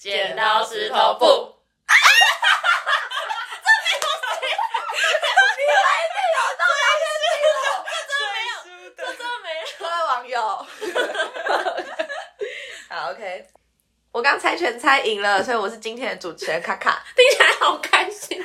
剪刀石头布。各位网友， 好 OK。我刚猜拳猜赢了，所以我是今天的主持人卡 卡，听起来好开心。因为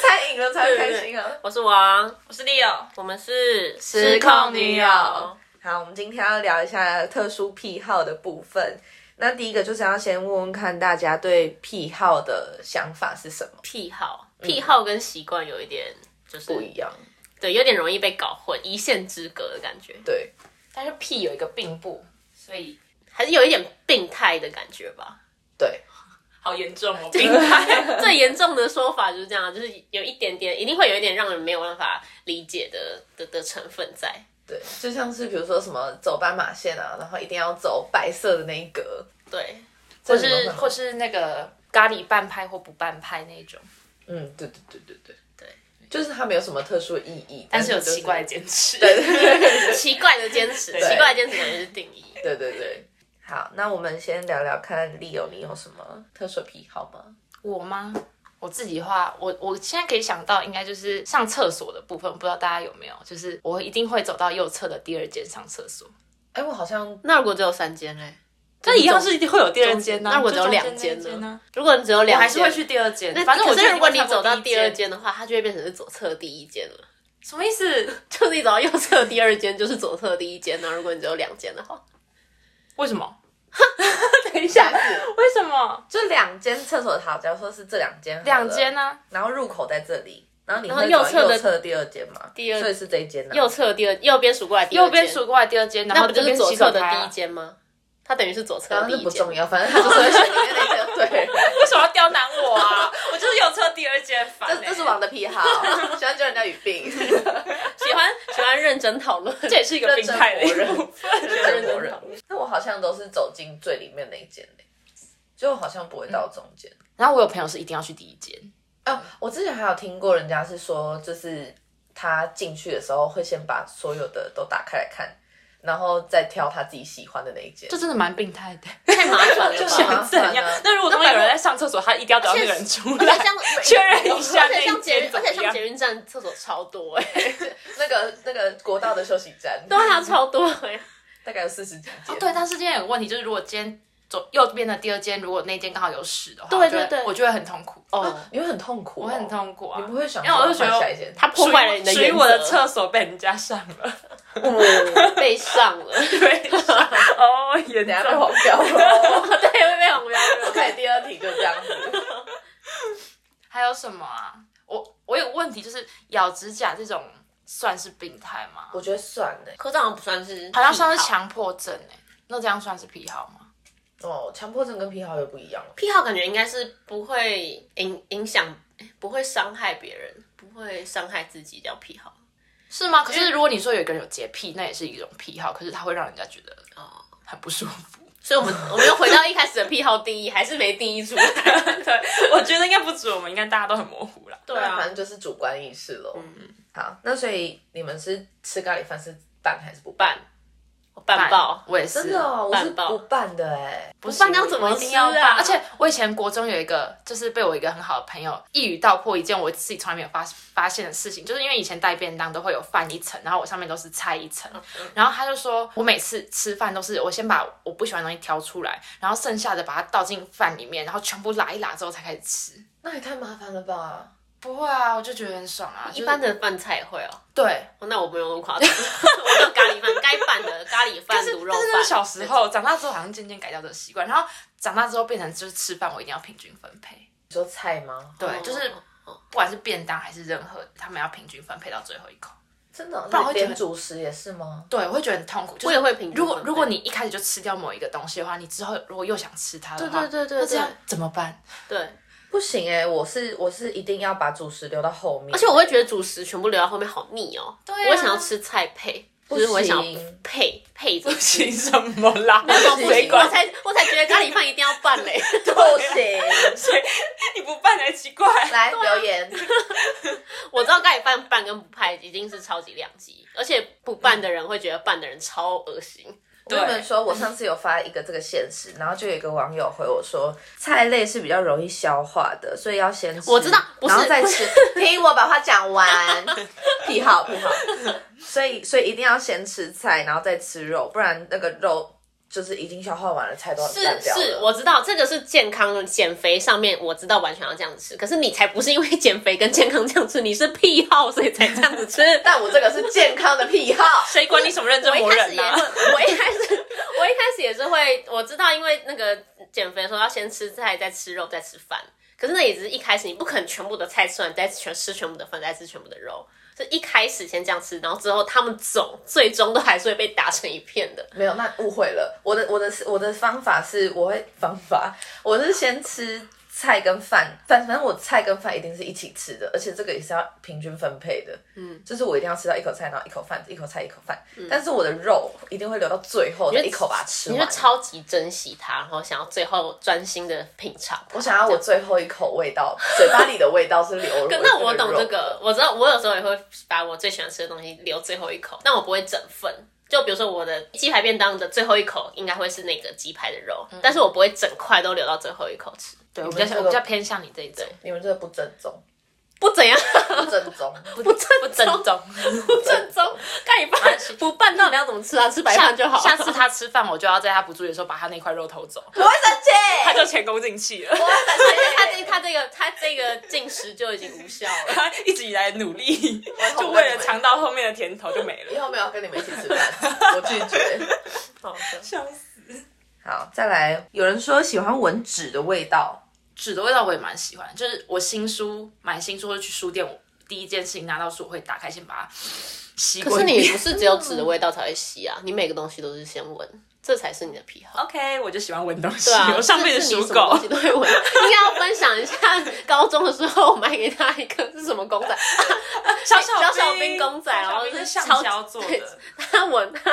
猜赢了才会开心啊。我是王，我是 Leo，我们是失控女友好，我们今天要聊一下特殊癖好的部分。那第一个就是要先问问看大家对癖好的想法是什么，癖好，癖好跟习惯有一点就是嗯不一样。对，有点容易被搞混，一线之隔的感觉。对，但是屁有一个病部，所以还是有一点病态的感觉吧。对，好严重哦，病病态 最严重的说法就是这样，就是有一点点，一定会有一点让人没有办法理解的的的成分在。对，就像是比如说什么走斑马线啊，然后一定要走白色的那一格，对， 或或是或是那个咖喱半拍或不半拍那种，嗯，对对对对对对，就是它没有什么特殊意义，但是有就奇怪的坚持。对对对奇怪的坚持，奇怪的坚持感觉是定义。对对对。好，那我们先聊聊看利友，你有什么特殊癖好吗？ 我吗？我自己的话，我我现在可以想到，应该就是上厕所的部分，不知道大家有没有？就是我一定会走到右侧的第二间上厕所，哎，我好像那如果只有三间嘞？但一样是一定会有第二间呢、那如果只有就中两间间那一呢？？如果你只有我两间，还是会去第二间那。反正我可觉是得如果你一定会走到差不多第二，间的话，它就会变成是左侧第一间了。什么意思？就是你走到右侧第二间，就是左侧第一间啊呢、如果你只有两间的话， 为什 么？等一下， 为什么？就两间厕所好，假如说是这两间，两间，呢？然后入口在这里，然后你啊然会后右右侧的侧的第二间嘛？第二所以是这一间呢？啊右侧第二，右边数过来第二间，右边数过来第二间，然那后不就是这边左洗手侧的台啊第一间吗？它等于是左侧的然后第那一不间重。要，反正他就是会选里面那间。 对， 为什么要刁难我啊？ 我就是右侧第二间烦、欸这这是王的癖 好，喜欢救人家语病，喜欢喜欢认真讨论，这也是一个病态的一认真部分。认真人。那我好像都是走进最里面那一间嘞，就好像不会到中间。然后我有朋友是一定要去第一间，嗯哦，我之前还有听过人家是说，就是他进去的时候会先把所有的都打开来看，然后再挑他自己喜欢的那一件这。真的蛮病态 的。太麻烦了就吧？想 想怎怎样样？那如果中间有人在上厕所，他一定要等到那个人出来， 确认一下而且那像一捷间运，怎而么且像样。捷运站厕所超多哎、那个那个国道的休息站， 对啊，超多哎、大概有四十几件。对，但是今天有个问题，就是如果今天左右边的第二间，如果那间刚好有屎的话，对我就会对对我就会很痛苦。哦，啊，你会很痛苦、我会很，痛苦啊！你不会想因为我就觉说换下一间得它破坏了你的属于原我的则厕所被人家上了， 被上了，对，哦，严等一下被黄重。标 了。对，会被红标的。 OK，第二题就这样子。还有什么啊？我我有问题，就是咬指甲这种算是病态吗？我觉得算了、可这好像不算是，好像算是强迫症哎、那这样算是癖好吗？哦，强迫症跟癖好又不一样了。癖好，感觉应该是不会影影响，不会伤害别人，不会伤害自己叫癖好。是吗？可是如果你说有一个人有洁癖，那也是一种癖好，可是他会让人家觉得哦很不舒服。所以我们我们又回到一开始的癖好定义，还是没定义出来。 对， 我觉得应该不止我们，应该大家都很模糊 啦。对那反啊正，就是主观意识喽。好，那所以你们是吃咖喱饭是拌还是不拌？半半爆，我也是，啊真的哦，我是拌爆不拌的哎、不拌这样怎么我一定要吃啊拌？而且我以前国中有一个，就是被我一个很好的朋友一语道破一件我自己从来没有发发现的事情，就是因为以前带便当都会有饭一层，然后我上面都是菜一层，然后他就说我每次吃饭都是我先把我不喜欢的东西挑出来，然后剩下的把它倒进饭里面，然后全部拉一拉之后才开始吃。那也太麻烦了吧？不会啊，我就觉得很爽啊，一般的的饭菜也会哦。对，哦那我没有那么夸 张，我没有咖喱饭，该拌的咖喱但饭、是卤肉但是那饭。是小时候，长大之后好像渐渐改掉这个习惯，然后长大之后变成就是吃饭我一定要平均分配。你说菜吗？对，就是哦不管是便当还是任何，他们要平均分配到最后一口。真的哦，不然那会边觉得主食也是吗？对，我会觉得很痛苦。就是我也会平均如果分配如果你一开始就吃掉某一个东西的话，你之后如果又想吃它的话，对对对对那这样对怎么 办？对，不行哎、我是我是一定要把主食留到后面，而且我会觉得主食全部留到后面好腻哦。对啊我会想要吃菜配，就是我会想要行配配着吃。行什么 啦？没有 不谁行，管我才我才觉得咖喱饭一定要拌 嘞。不行。谁你不办才奇怪。来留言，我知道咖喱饭拌跟不拌一定是超级两极，而且不拌的人会觉得拌的人超恶心，我跟你们说，我上次有发一个这个现实，然后就有一个网友回我说，菜类是比较容易消化的，所以要先吃，我知道不是然后再吃。听我把话 讲完，癖好癖好，所以所以一定要先吃菜，然后再吃肉，不然那个肉就是已经消化完了，菜都嗯是烂掉了。是，我知道这个是健康的减肥上面，我知道完全要这样子吃。可是你才不是因为 减肥跟健康这样吃，你是癖好所以才这样子吃。但我这个是健康的癖好。谁管你什么认真我一磨开始人啊也呢、会， 我一开始我一开始也是会，我知道，因为那个减肥的时候要先吃菜，再吃肉，再吃饭。可是那也只是一开始，你不可能全部的菜吃完，再全吃全部的饭，再吃全部的肉。是一开始先这样吃，然后之后他们总最终都还是会被打成一片的。没有，那误会了。我的我的我的方法是，我会方法，我是先吃菜跟饭，反反正我菜跟饭一定是一起吃的，而且这个也是要平均分配的。嗯，就是我一定要吃到一口菜，然后一口饭，一口菜一口饭。但是我的肉一定会留到最后，嗯你一口把它吃你完会。超级珍惜它，然后想要最后专心的品尝它。我想要我最后一口味道，嘴巴里的味道是流 入。可那我懂这。个，我知道我有时候也会把我最喜欢吃的东西留最后一口，但我不会整份。就比如说我的鸡排便当的最后一口应该会是那个鸡排的肉，但是我不会整块都留到最后一口吃，对，我们比较这想个我比较偏向你 这一种，你们这个不正宗，不怎 样，不正宗。不正不正宗，宗。不正宗，干一 半不拌到底要怎么吃啊？吃白饭就好。下次他吃饭，我就要在他不注意的时候把他那块肉偷走，我会生气， 他就前功尽弃了。我会他生这气。他这个他这个进食就已经无效了。他 一直以来努力，我 就为了尝到后面的甜头就没 以了。后没有跟你们一起吃饭，我拒绝。 好的笑死！好，再来，有人说喜欢闻纸的味道，纸的味道我也蛮喜欢，就是我新书买新书或者去书店，我第一件事情拿到书我会打开先把它吸可过是一遍。你不是只有纸的味道才会吸啊，你每个东西都是先闻，这才是你的癖好。 OK，我就喜欢闻东西，对 啊，我上辈面子是属你什么狗东。西都会闻。应该要分享一下，高中的时候我买给他一个是什么公仔？ 小哎小小小兵公仔哦小小然兵后是橡超胶做对的，他闻，他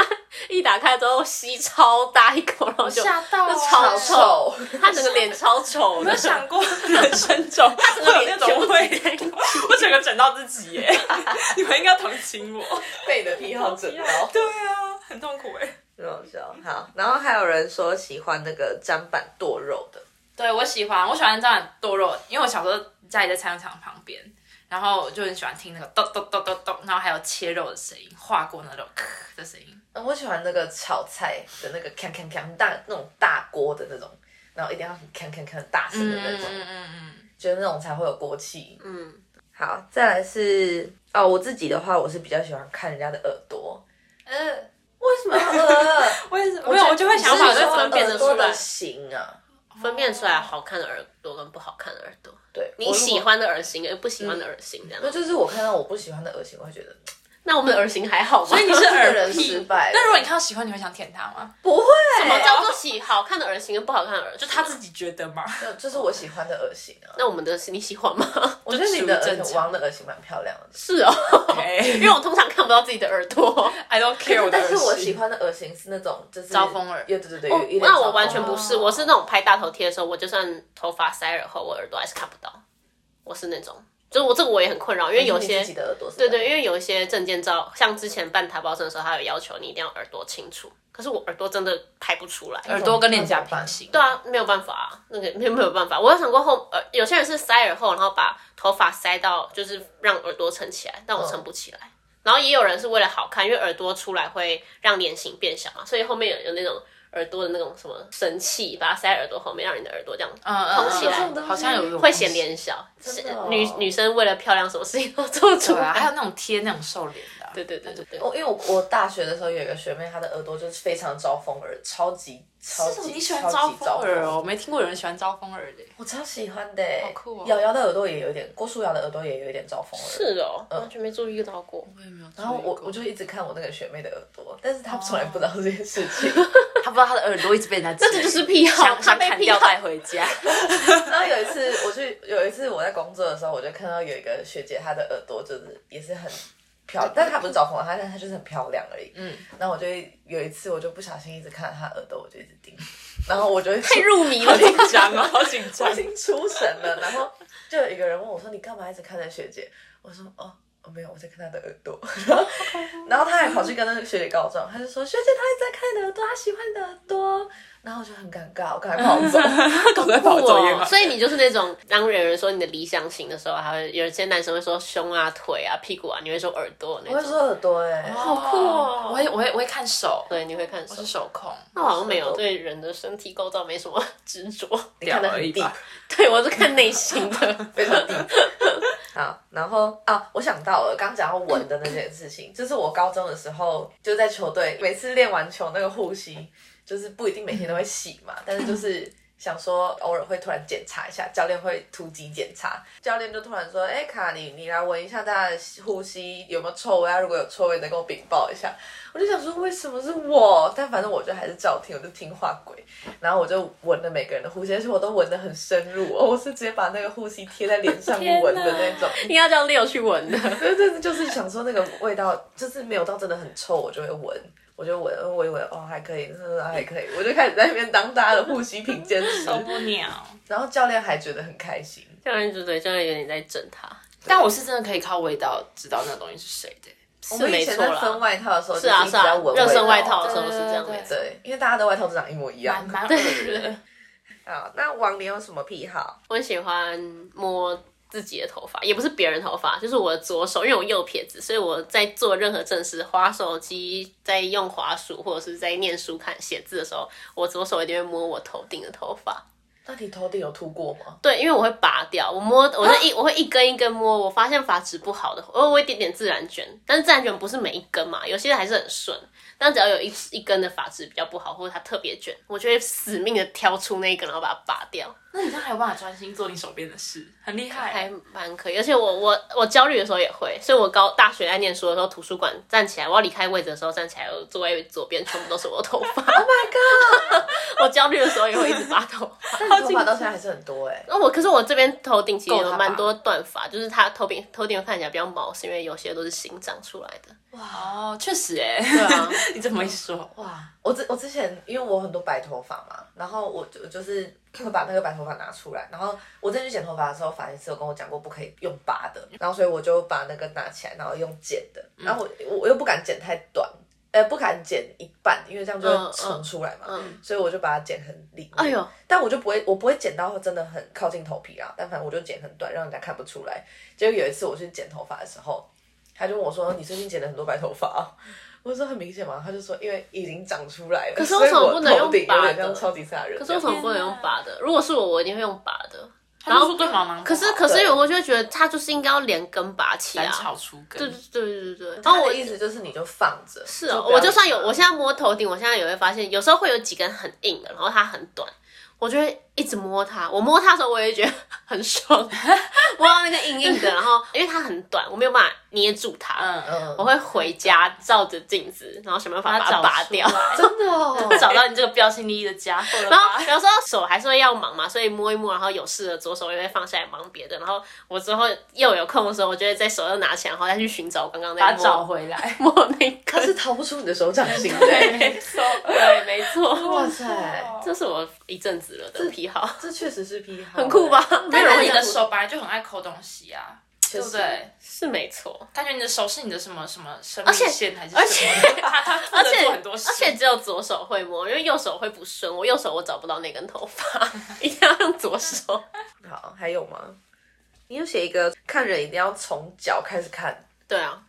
一打开之后吸超大一口，然后就吓到就啊超臭， 臭，他整个脸超丑没的 有。想过人生中个会有那种味脸全部道， 我整个整到自己耶！ 你们应该同情我。被你的癖好整到，对啊，很痛苦哎。很好笑。好，然后还有人说喜欢那个砧板剁肉的，对，我喜欢，我喜欢这样剁肉，因为我小时候家里在菜市场旁边，然后我就很喜欢听那个咚咚咚咚咚，然后还有切肉的声音，划过那种咔的声音。嗯，我喜欢那个炒菜的那个锵锵锵大那种大锅的那种，然后一定要很锵锵锵大声的那种，嗯嗯，觉得那种才会有锅气。嗯，好，再来是哦，我自己的话，我是比较喜欢看人家的耳朵，呃，为什么耳？我也是，没有，我就会想法把我这就分分辨辨得耳的出朵来的形啊，分辨出来好看的耳朵跟不好看的耳朵，对，你我如果喜。欢的耳型跟不喜欢的耳型这样那。就是我看到我不喜欢的耳型，我会觉得那我们的耳型还好吗？所以你是这个耳人屁失。败了。但如果你看到喜欢，你会想舔它 吗？不会，什么叫做喜好看的耳型跟不好看的耳？就就他他自己觉得嘛。就就是我喜欢的耳型啊。那我们的是你喜欢吗？ 我觉得你的就属于耳正型常王的耳型蛮漂亮的，是哦， 因 OK，为我通常看不到自己的耳朵。哎 I don't care 我的但耳是我型喜欢的耳型是那种就是招风耳有对对对，哦有一点那招哦我风完全耳不是，我是那种拍大头贴的时候，我就算头发塞耳后，我耳朵还是看不到。我是那种，就是我这个我也很困扰，因为有你些自己的耳朵是对吧对，因为有一些证件照，像之前办台胞证的时候，他有要求你一定要耳朵清楚，可是我耳朵真的拍不出来。耳朵跟脸颊平行。对啊，没有办法啊，那个 没有没有办法。我有想过后，呃，有些人是塞耳后，然后把头发塞到，就是让耳朵撑起来，但我撑不起来。然后也有人是为了好看，因为耳朵出来会让脸型变小嘛，所以后面有有那种耳朵的那种什么神器，把它塞耳朵后面，让你的耳朵这样嗯嗯起来嗯，好像有一种会显脸小。是真的哦女女生为了漂亮，什么事情都做出对啊，来。还有那种贴那种瘦脸的啊、对对对对对，我哦因为我我大学的时候有一个学妹，她的耳朵就是非常招风耳，超级超级你喜欢超级招招风耳哦，我没听过有人喜欢招风耳的耶。我超喜欢的欸，好酷哦瑶瑶的耳朵也有一点，郭书瑶的耳朵也有一点招风耳，是哦，完全没注意到过。我也没有。然后我我就一直看我那个学妹的耳朵，但是她从来不知道这件事情。他不知道他的耳朵一直被人家这这就是癖好想他想被砍癖掉好带回家。然后有一次我去，有一次我在工作的时候，我就看到有一个学姐，她的耳朵就是也是很漂亮，但她不是招风耳，她但她就是很漂亮而已。嗯，然后我就有一次我就不小心一直看她耳朵，我就一直盯，然后我就 太入迷了 好，紧张哦，好紧我张已。经出神了，然后就有一个人问我说：“你干嘛一直看着学姐？”我说：“哦，哦，没有，我在看他的耳朵。 然后，然后他还跑去跟那个学姐告状，他就说学姐他一直在看你的耳朵，他喜欢你的耳朵。然后我就很尴尬，我赶快跑走， 赶快跑 走啊也好。所以你就是那种，当有人说你的理想型的时候，还会有些男生会说胸啊、腿啊、屁股啊，你会说耳朵那我会种。说耳朵哎、好酷哦我会我会我会看手，对，你会看手我是。手控，那我好像没有对人的身体构造没什么执着，你看得屌而很已地，吧 对我是看内心 的。非常地。好，然后啊，我想到了，刚讲到闻的那件事情，就是我高中的时候就在球队，每次练完球那个呼吸，就是不一定每天都会洗 嘛，但是就是想说偶尔会突然检查一下，教练会突击检查，教练就突然说：“哎、卡你你来闻一下大家的呼吸有没有臭味啊？如果有臭味，能跟我禀报一下。”我就想说，为什么是我？但反正我就还是照听，我就听话鬼。然后我就闻了每个人的呼吸，而且我都闻得很深入哦，我是直接把那个呼吸贴在脸上 天哪闻的那种。应该叫六去闻的，对对，对就是想说那个味道，就是没有到真的很臭，我就会闻，我就闻，闻一闻，哦，还可以，嗯，还可以，我就开始在那边当大家的呼吸品 鉴师，受不了。然后教练还觉得很开心。教练就对教练有点在整他，但我是真的可以靠味道知道那东西是谁的。我是们以没前错在分啦。外套的时候，是啊就是一直在啊，闻热身味外道套的时候是这样对没对错。对，因为大家的外套都长一模一样 蛮。蛮恶的。啊，那王林有什么癖好？我很喜欢摸自己的头发，也不是别人头发，就是我的左手，因为我右撇子，所以我在做任何正事，滑手机、在用滑鼠或者是在念书、看写字的时候，我左手一定会摸我头顶的头发。那你头顶有秃过吗？对，因为我会拔掉，我摸，我是一我会一根一根摸。我发现发质不好的，我我一点点自然卷，但是自然卷不是每一根嘛，有些还是很顺。但只要有一一根的发质比较不好，或者它特别卷，我就会死命的挑出那一根，然后把它拔掉。那你这样还有办法专心做你手边的事，很厉害。还蛮可以，而且我我我焦虑的时候也会，所以我高大学在念书的时候，图书馆站起来，我要离开位置的时候站起来，我座位左边全部都是我的头发。oh my god！我 焦虑的时候也会一直拔头发。但你头发到现在还是很多哎、那我可是我这边头顶其实够有了吧蛮多断发，就是它头顶头顶看起来比较毛，是因为有些都是新长出来的。哦，确实哎、对啊， 你这么一说，哇，我之我之前因为我很多白头发嘛，然后我就就是会把那个白头发拿出来，然后我再去剪头发的时候，发型师有跟我讲过不可以用拔的，然后所以我就把那个拿起来，然后用剪的，嗯然后我我我又不敢剪太短，呃，不敢剪一半，因为这样就嗯嗯嗯会冲出来嘛，所以我就把它剪很里面。哎呦，但我就不会，我不会剪到真的很靠近头皮啊，但反正我就剪很短，让人家看不出来。结果有一次我去剪头发的时候，他就问我说：“你最近剪了很多白头发、啊？”我就说：“很明显嘛。”他就说：“因为已经长出来了。”可是为什么不能用所以我头顶有拔点的像超级赛亚人可这样？是为什么不能用拔的？如果是我，我一定会用拔的。然后哦对毛囊不好，可是可是对我就会觉得它就是应该要连根拔起斩啊。草除根，对对对对对对。然后然后我我的意思就是，你就放着。是哦，不要我就算有，我现在摸头顶，我现在也会发现，有时候会有几根很硬的，然后它很短，我就会一直摸它。我摸它的时候，我也觉得很爽，摸到那个硬 硬的，然后因为它很短，我没有办法捏住它，嗯，嗯我会回家照着镜子，然后想办法把它拔掉。真 的哦， 找到你这个标新立异的家伙了然后吧？有时候手还是会要忙嘛，所以摸一摸，然后有事了，左手也会放下来忙别的。然后我之后又有空的时候，我就会在手又拿起来，然后再去寻找我刚刚把在它找摸 回来。摸那一它根。是逃不出你的手掌心的。欸 没错，对，没错。哇塞， 这是我一阵子了的癖好，这确实是癖好，欸很 酷？吧？没但有是人你会的手本来就很爱抠东西啊，对对不对？是没错，感觉你的手是你的什么什么生而命且线还是而什么且？他他负而责且做很多事，而且只有左手会摸，因为右手会不顺。我右手我找不到那根头发， 一定要用左手。好，还有吗？你有写一个看人一定要从脚开始看，对啊，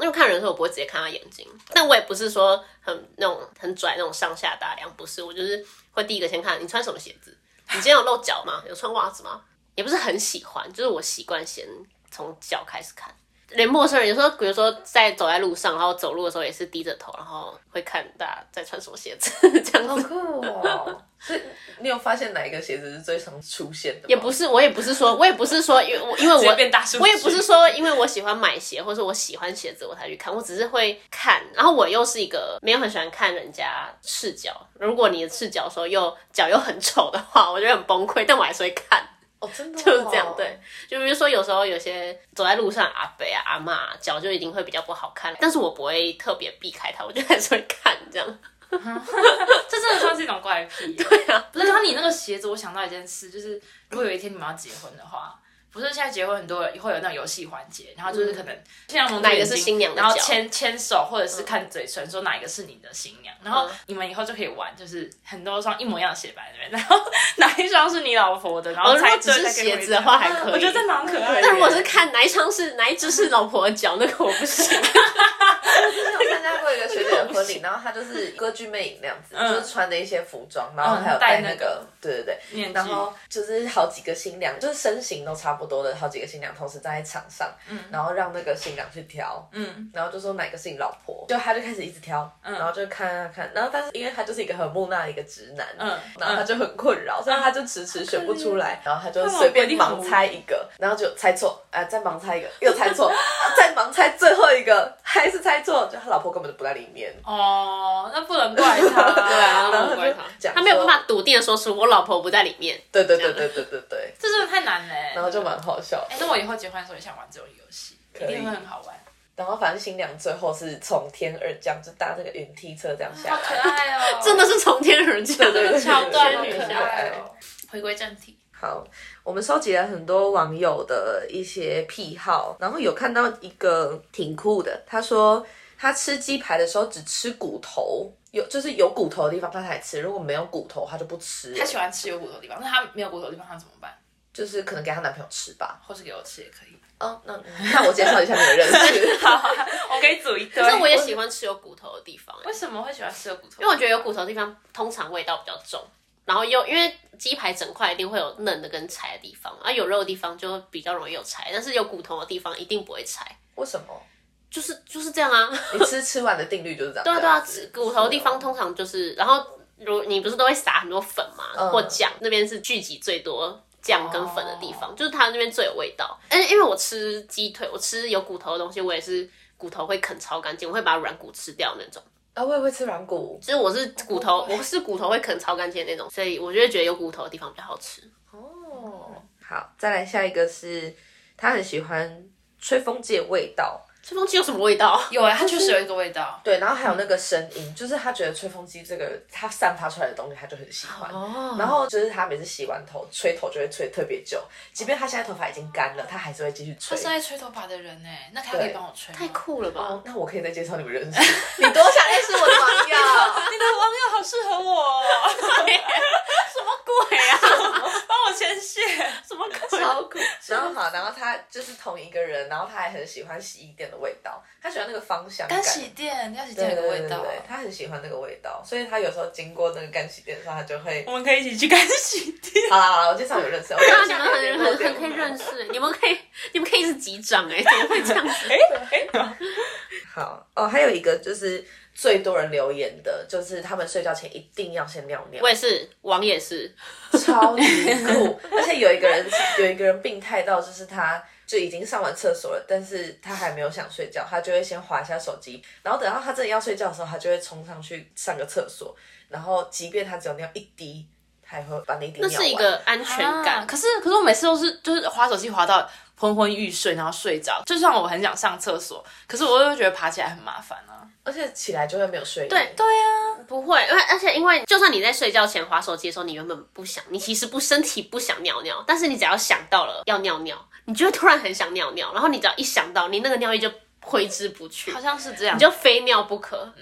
因为看人的时候我不会直接看他眼睛，但我也不是说很那种很拽那种上下打量，不是，我就是会第一个先看你穿什么鞋子，你今天有露脚吗？有穿袜子吗？也不是很喜欢，就是我习惯先从脚开始看。连陌生人有时候，比如说在走在路上，然后走路的时候也是低着头，然后会看大家在穿什么鞋子 这样子。酷哦！所以你有发现哪一个鞋子是最常出现的吗？也不是，我也不是说，我也不是说，因为我因为随我便大数据我也不是说因为我喜欢买鞋，或者我喜欢鞋子我才去看，我只是会看。然后我又是一个没有很喜欢看人家赤脚，如果你的赤脚的时候又脚又很丑的话，我觉得很崩溃，但我还是会看。哦，真的哦就是这样，对。，就比如说有时候有些走在路上阿伯啊阿妈脚就一定会比较不好看，但是我不会特别避开它，我就还是会看这样。这真的算是一种怪 癖。对啊，不是，然后你那个鞋子，我想到一件事，就是如果有一天你们要结婚的话，不是现在结婚很多人会有那种游戏环节，然后就是可能像蒙嗯哪一个是新娘的然后脚牵牵手或者是看嘴唇，说哪一个是你的新嗯娘，然后你们以后就可以玩，就是很多双一模一样的鞋摆在那边， 然后哪一双是你老婆的，然后哦，如猜果只是鞋子的话，还可以。啊我觉得这蛮可爱的。但如果是看哪一张是哪一只是老婆的脚，那个我不行。之前有参加过一个学姐的婚 礼，然后她就是歌剧魅影那样子，嗯就是穿的一些服装，然后还有戴戴那那个个，对对面对，具然后就是好几个新娘，就是身形都差不多的好几个新娘同时站在场上，然后让那个新娘去挑，嗯，然后就说哪个是你老婆，就她就开始一直挑，然后就看啊看，然后但是因为她就是一个很木讷的一个直男，嗯然后她就很困扰，所以她就迟迟选不出来，然后她就随便他们好无盲猜一个，然后就猜错，啊、再盲猜一个，又猜 错，啊再盲猜最后一个，还是猜错，就她老婆根本就不在里面。哦，那不能怪 他，对啊，然后不就怪他讲他没有办说法笃定的说出我老婆不在里面。对对对对对对对，这真的太难了欸。然后就蛮好笑。哎，那我以后结婚的时候也想玩这种游戏，一可以定会很好玩，然后反正新娘最后是从天而降，就搭这个云梯车这样下好可来。爱哦， 真的是从天而降对对的对桥段，好仙女可下爱来哦。回归正题，好，我们收集了很多网友的一些癖好，然后有看到一个挺酷的，他说他吃鸡排的时候只吃骨头，有就是有骨头的地方他才吃，如果没有骨头他就不吃。他喜欢吃有骨头的地方，那他没有骨头的地方，他怎么办？就是可能给她男朋友吃吧。或是给我吃也可 以。哦，那那我介绍一下你的认识。 啊我可以煮一堆。可是我也喜欢吃有骨头的地方、欸为什么会喜欢吃有骨头？因为我觉得有骨头的地方通常味道比较重，然后又因为鸡排整块一定会有嫩的跟柴的地方，而、有肉的地方就比较容易有柴，但是有骨头的地方一定不会柴，为什么？就是就是这样啊。你吃吃完的定律就是这样。对啊这对啊样子，骨头的地方通常就是，然后如你不是都会撒很多粉嘛、嗯或酱，那边是聚集最多。酱跟粉的地哦方就是它那边最有味道。但是因为我吃鸡腿，我吃有骨头的东西，我也是骨头会啃超干净，我会把软骨吃掉那种。啊，我也会吃软骨。就是我是骨哦头，我是骨头会啃超干净的那种，所以我就会觉得有骨头的地方比较好吃。哦，好，再来下一个是，他很喜欢吹风机的味道，吹风机有什么味道？有哎，它确实有一个味道。对，然后还有那个声音，就是他觉得吹风机这个他散发出来的东西，他就很喜欢。哦然后就是他每次洗完头吹头就会吹特别久，即便他现在头发已经干了，他还是会继续他吹是。爱吹头发的人哎，那他可对以帮我吹吗。太 酷了吧！哦，那我可以再介绍你们认识，你多想认识我的网友。你的网友好适合我哦，什么鬼啊？帮我牵线。什么鬼？超酷。然后 好，然后他就是同一个人，然后他还很喜欢洗衣店的味道，他喜欢那个芳香感干。洗店，干洗对店有对个对味道啊对。对他很喜欢那个味道，所以他有时候经过那个干洗店的时候，他就会我们可以一起去干洗店。好啦好啦，我介绍有认识，我啊，介你绍们很很很可以认识，你们可以你们可以是机长哎，怎么会这样子？哎哎，好哦，还有一个就是最多人留言的，就是他们睡觉前一定要先尿尿我，也是，王也是，超级酷。而且有一个人有一个人病态到，就是他就已经上完厕所了，但是他还没有想睡觉，他就会先划一下手机，然后等到他真的要睡觉的时候，他就会冲上去上个厕所，然后即便他只有尿一滴，他也会把那一滴那尿是完。一个安全啊感。可是可是我每次都是就是滑手机滑到昏昏欲睡，然后睡着。就算我很想上厕所，可是我又觉得爬起来很麻烦啊。而且起来就会没有睡意。对对啊，不会，而而且因为就算你在睡觉前划手机的时候，你原本不想，你其实不身体不想尿尿，但是你只要想到了要尿尿，你就会突然很想尿尿，然后你只要一想到，你那个尿意就挥之不去好，像是这样你。就非尿不可。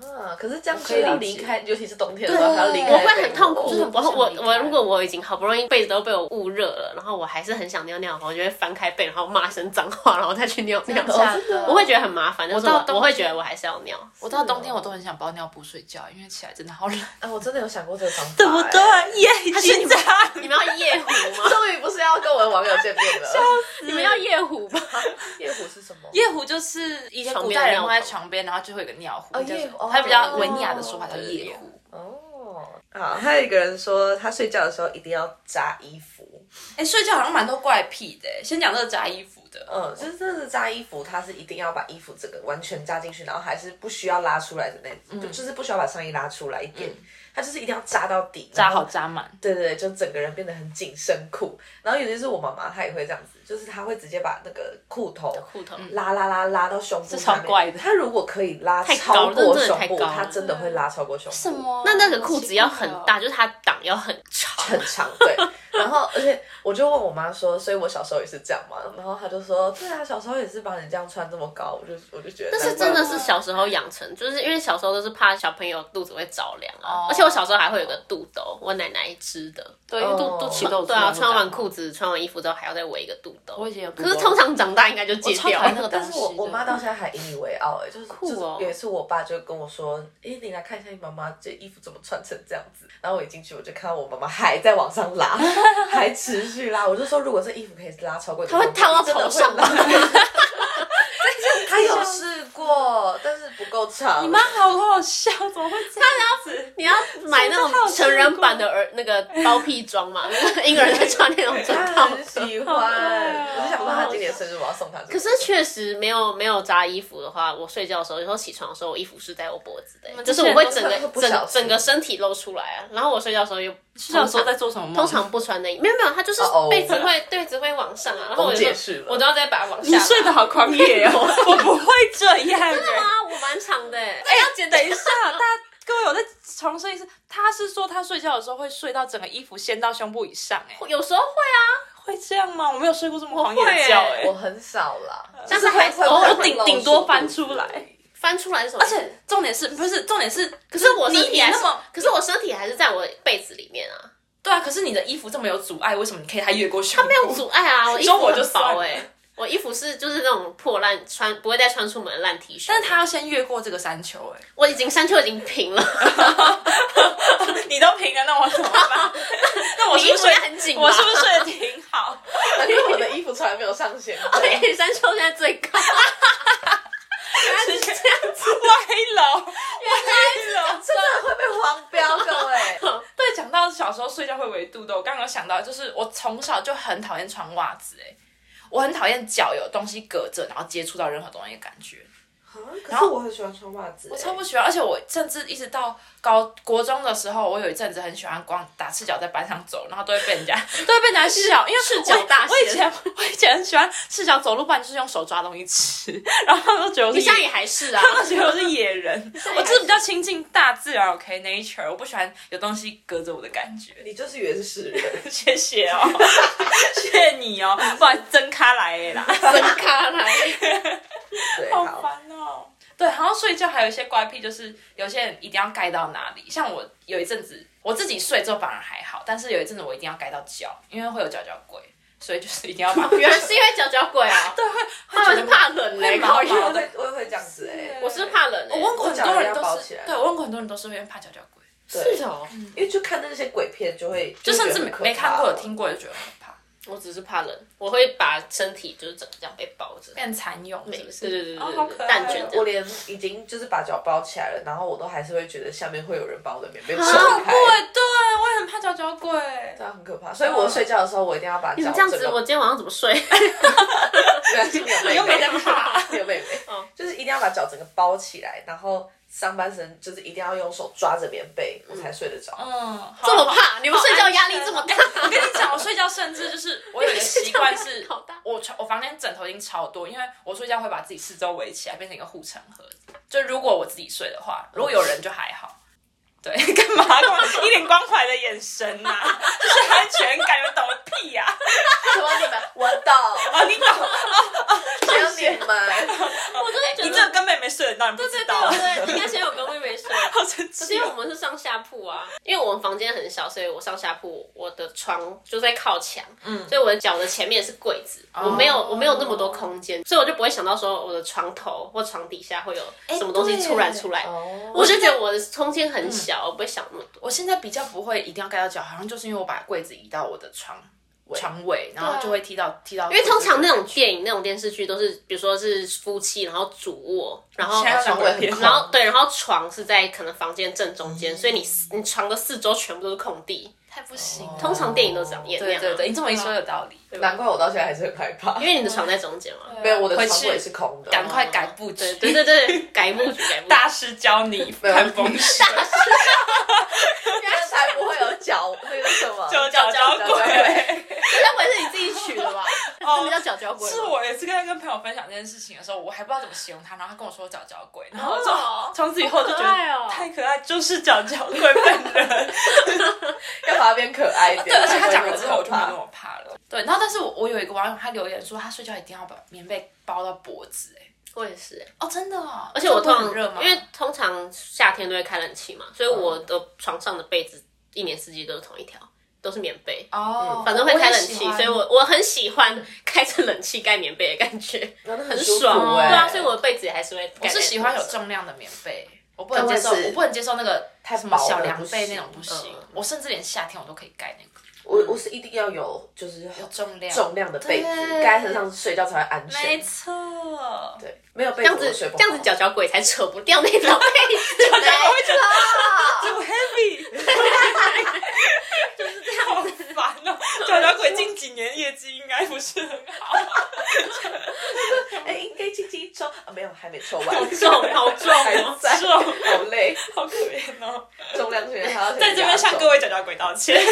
啊，可是这样可就以要理离解开，尤其是冬天的时候还要离开被哦我窝，会很痛苦，就是很不我想我离我开如果我已经好不容易被子都被我捂热了，然后我还是很想尿尿，我就会翻开被，然后骂声脏话，然后再去尿尿。真的假的真的我会觉得很麻烦，但是到我冬我会觉天得我还是要尿。我到冬天我都很想包尿布睡觉，因为起来真的好 冷，啊，我真的有想过这个方法、哎对不哦对？啊 耶，还是你们你们要夜壶吗？终于不是要跟我的网友见面了。你们要夜壶吧？夜壶是什么？ 夜壶就是以前古代人放在床边，然后就会有个尿哦壶，就是夜壶它比较文雅的说法叫夜壶。哦，好，还有一个人说他睡觉的时候一定要扎衣服，哎、睡觉好像蛮多怪癖的。欸先讲这个扎衣服的，嗯，就是真的是扎衣服，他是一定要把衣服整个完全扎进去，然后还是不需要拉出来的那，嗯就就是不需要把上衣拉出来一点，他就是一定要扎到底，扎然后好扎满，对对对，就整个人变得很紧身裤。然后尤其是我妈妈，她也会这样子，就是她会直接把那个裤头裤头拉拉拉拉到胸部这超上面怪的她如果可以拉太高超了过真的胸太部，高了她真的会拉超过胸部。什么？那那个裤子要很大，，就是它档要很长。很长，对。然后后，而且我就问我妈说，所以我小时候也是这样嘛。然后她就说，对啊，小时候也是把你这样穿这么高，我就我就觉得。但是真的是小时候养成，就是因为小时候都是怕小朋友肚子会着凉啊哦，而且我小时候还会有个肚兜，我奶奶织的。对，因为肚肚脐都有对啊，出来穿完裤子、穿完衣服之后还要再围一个肚兜。我以前有肚可是兜通常长大应该就戒超掉讨厌那了。个但东是西。我我妈真到的现在还引以为傲、哎，就是酷哦就是有一次我爸就跟我说，哎、你来看一下你妈妈这衣服怎么穿成这样子。然后我一进去，我就看到我妈妈还在往 上拉，还持续拉。我就说，如果这衣服可以拉超过，她会烫到头上吧 真的会拉她有试过，但是不够长。 你妈好好笑，怎么会这样子？你要买那种成人版的儿那个包屁装嘛，婴儿在穿那种整她套。很喜欢，好可爱哦我就想说她今年生日我要送她这个。可是确实没有没有扎衣服的话，我睡觉的时候，有时候起床的时候，我衣服是在我脖子的、们就之是前我会整都是不个小整心整个身体露出来啊。然后我睡觉的时候又是想通说常在做什么梦？通常不穿内衣，没有没有，它就是哦哦被子会对子会往上啊，然后我我就解释了，我都要再把它往下你拉。睡得好狂野哦， 我不会这样欸。真的吗？ 我蛮长的、欸，哎、要剪等一下，大家各位，我再重申一次，他是说他睡觉的时候会睡到整个衣服掀到胸部以上、哎，有时候会啊，会这样吗？我没有睡过这么狂野我会的欸觉、哎、 我很少啦，但但是还会是会偶尔会顶露顶多出翻肚出子 来翻出来是什么而意思？且重点是不是重点是，可可是我你身你体还是那么，可是我身体还是在我被子里面啊，对啊，可是你的衣服这么有阻碍，为什么你可以还越过胸部？没有阻碍啊，我衣说服我就很薄哎、算了我衣服是就是那种破烂穿不会再穿出门的烂 T 恤， 但是他要先越过这个山丘、哎，我已经山丘已经平了， 你都平了，那我怎么 办？那我是你衣不是服睡应该很紧吧我是不是睡得挺好？因为我的衣服从来没有上弦 过。对，山丘现在最 高，是这样子歪楼，歪楼。真 的会被黄标，各位。 对，讲到小时候睡觉会围肚兜，我刚刚有想到，就是我从小就很讨厌穿袜子、哎，我很讨厌脚有东西隔着，然后接触到任何东西的感觉。可是我很喜欢穿袜子、我超不喜欢，而且我甚至一直到高国中的时候，我有一阵子很喜欢光打赤脚在班上走，然后都会被人家 都会被人家笑，因为赤脚大我以仙前我以前很喜欢赤脚走路，不然就是用手抓东西吃，然后他们都觉得我是你现在野也还是 啊，他们觉得我是野人，我就是比较亲近大自然，OK nature，我不喜欢有东西隔着我的感觉。欸你就是原始人，谢谢哦，谢谢你哦，不然真咖来的啦，分开来， 对，好烦哦。对，然后睡觉还有一些怪癖，就是有些人一定要盖到哪里。像我有一阵子我自己睡之后反而还好，但是有一阵子我一定要盖到脚，因为会有脚脚鬼，所以就是一定要把原来是因为脚脚鬼啊， 对，他们是怕冷嘞、会靠毛腰我毛会我也会这样子哎、我啊是怕冷、欸，我问过很我脚多人都也要包是起来，对我问过很多人都是因为怕脚脚鬼，对是哦，因为就看那些鬼片就会，就甚觉至得没很可没看怕哦过有听过就觉得很怕，我只是怕冷，我会把身体就是整个这样被包着。变蚕蛹是不对是？对对对哦好可对，爱蛋哦卷这样。我连已经就是把脚包起来了，然后我都还是会觉得下面会有人把我的棉被啊扯好恐开，对，对，我也很怕脚脚鬼。这啊样很可怕。所以我睡觉的时候，我一定要把脚你们这样子，整个我今天晚上怎么睡？ 没有没有 妹妹，又没在怕，没有妹妹，就是一定要把脚整个包起来，然后上半身就是一定要用手抓着棉被，我才睡得着。嗯，这这么怕？你们睡觉压力这么大？我跟你讲，我睡觉甚至就是我有一个习惯 你睡觉压是力好大，我床我房间枕头已经超多，因为我睡觉会把自己四周围起来，变成一个护城河。就如果我自己睡的话，如果有人就还好。对， 干嘛？干嘛一脸关怀的眼神呐、就是安全感，有懂个屁呀、什么？你们我懂，啊！ 你懂？只有你们。我就会觉你得这，跟妹妹睡得到，你不知对道？对对，应该先有跟妹妹睡。 好生可是气因为哦！我们是上下铺啊，因为我们房间很小，所以我上下铺，我的床就在靠墙，嗯，所以我的脚的前面是柜子，我没哦有我没有那么多空间，所以我就不会想到说我的床头或床底下会有什么东西哎对突然出来，哦我就觉得我的空间很小，我不会想那么多。嗯我现在比较不会一定要盖到脚，好像就是因为我把柜子移到我的床床尾，然后就会踢到踢到。啊因为通常那种电影、那种电视剧都是，比如说是夫妻，然后主卧，然后现在床床尾尾很很空然后对，然后床是在可能房间正中间，所以你你床的四周全部都是空地。嗯太不行通常电影都长演那对样啊，哦对对，你这么一说有道理。难怪我到现在还是很害怕，因为你的床在中间嘛。没有我的回床去尾是空的。赶快改布局，对对对，改布局改布局。大师教你 看风水，这才不会有脚那个什么。就脚交鬼。那不会是你自己取的 吧？哦这个叫脚脚鬼吗。是我有一次跟跟朋友分享这件事情的时候，我还不知道怎么形容他，然后他跟我说脚脚鬼，然后我哦就从此以后就觉好可爱哦得太可爱，就是脚脚鬼本人。 要把它变可爱一点。对，而且他讲了之后，我就没那么对，然后但是我我有一个网友他留言说，他睡觉一定要把棉被包到脖子、哎，我也是、欸，哦，真的哦，而且我这通样不常会很热吗？因为通常夏天都会开冷气嘛，所以我的床上的被子一年四季都是同一条，都是棉被。哦，嗯反正会我也开冷喜气，欢所以我我很喜欢 开着冷气盖棉被的感觉，真的很舒服爽。欸对啊，所以我的被子也还是会盖。我是喜欢有重量的棉被，我不能但我接也受，是我不能接受那个太什么薄了小凉不被那行种不行嗯，我甚至连夏天我都可以盖那个我我是一定要有就是有哦重量，重量的被子对盖在身上睡觉才会安没全。错，对，没有这被样子子我睡，不这样子脚脚脚鬼才扯不掉那种被子，脚脚会觉 得啊， too heavy，好烦哦！小小哦鬼近几年业绩应该不是很好，哎，应该轻轻抽啊，没有，还没抽完，好重好 重还哦。在，重好累，好可怜哦。重量训练还要在这边向各位。位小小鬼道歉。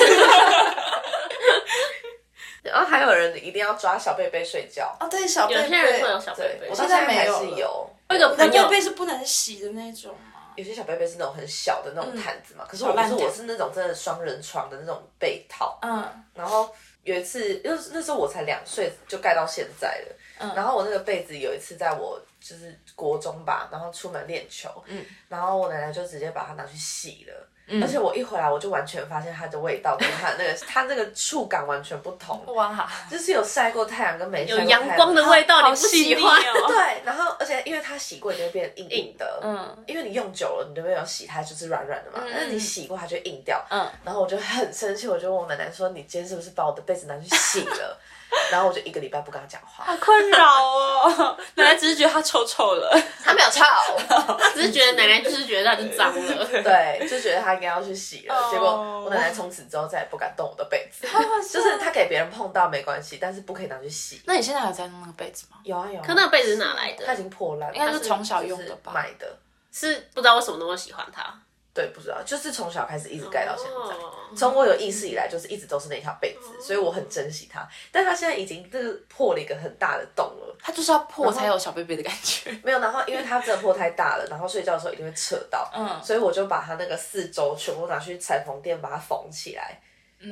然后还有人一定要抓小贝贝睡觉，哦，对，小有些人会有小被对被我，现到在在没还有是了有。我有个朋友，是不能洗的那种吗？有些小贝贝是那种很小的那种毯子嘛，可是我小不嗯烂是毯我是那种真的双人床的那种被套，嗯，然后有一次，就是那时候我才两岁，就盖到现在了。嗯然后我那个被子有一次在我就是国中吧，然后出门练球，嗯然后我奶奶就直接把它拿去洗了。而且我一回来，我就完全发现它的味道跟它的那个它那个触感完全不同，哇，就是有晒过太阳跟没晒有过太阳阳光的味道，你好不喜细腻欢？ 哦。对，然后而且因为它洗过，你就会变硬硬的，嗯因为你用久了，你就没有洗，它就是软软的嘛。嗯但是你洗过，它就硬掉。嗯，然后我就很生气，我就问我奶奶说：“你今天是不是把我的被子拿去洗了？” 然后我就一个礼拜不跟她讲话，好困扰哦。奶奶只是觉得它臭臭了，她没有吵，他只是觉得奶奶就是觉得它就脏了。 对，就觉得她应该要去洗了。哦结果我奶奶从此之后再也不敢动我的被 子，就就是她给别人碰到没关系，但是不可以拿去洗。那你现在还有在弄那个被子吗？有啊有啊，可那个被子是哪来它的？已经破烂了，应该是从小就是用的吧？买的，是不知道为什么那么喜欢它。对，不知道，就是从小开始一直盖到现在。哦从我有意识以来，就是一直都是那条被子，所以我很珍惜它。但它现在已经就是破了一个很大的洞了，它就是要破才有小贝贝的感觉。没有。然后因为它真的破太大了，然后睡觉的时候一定会扯到，嗯所以我就把它那个四周全部拿去裁缝店把它缝起来。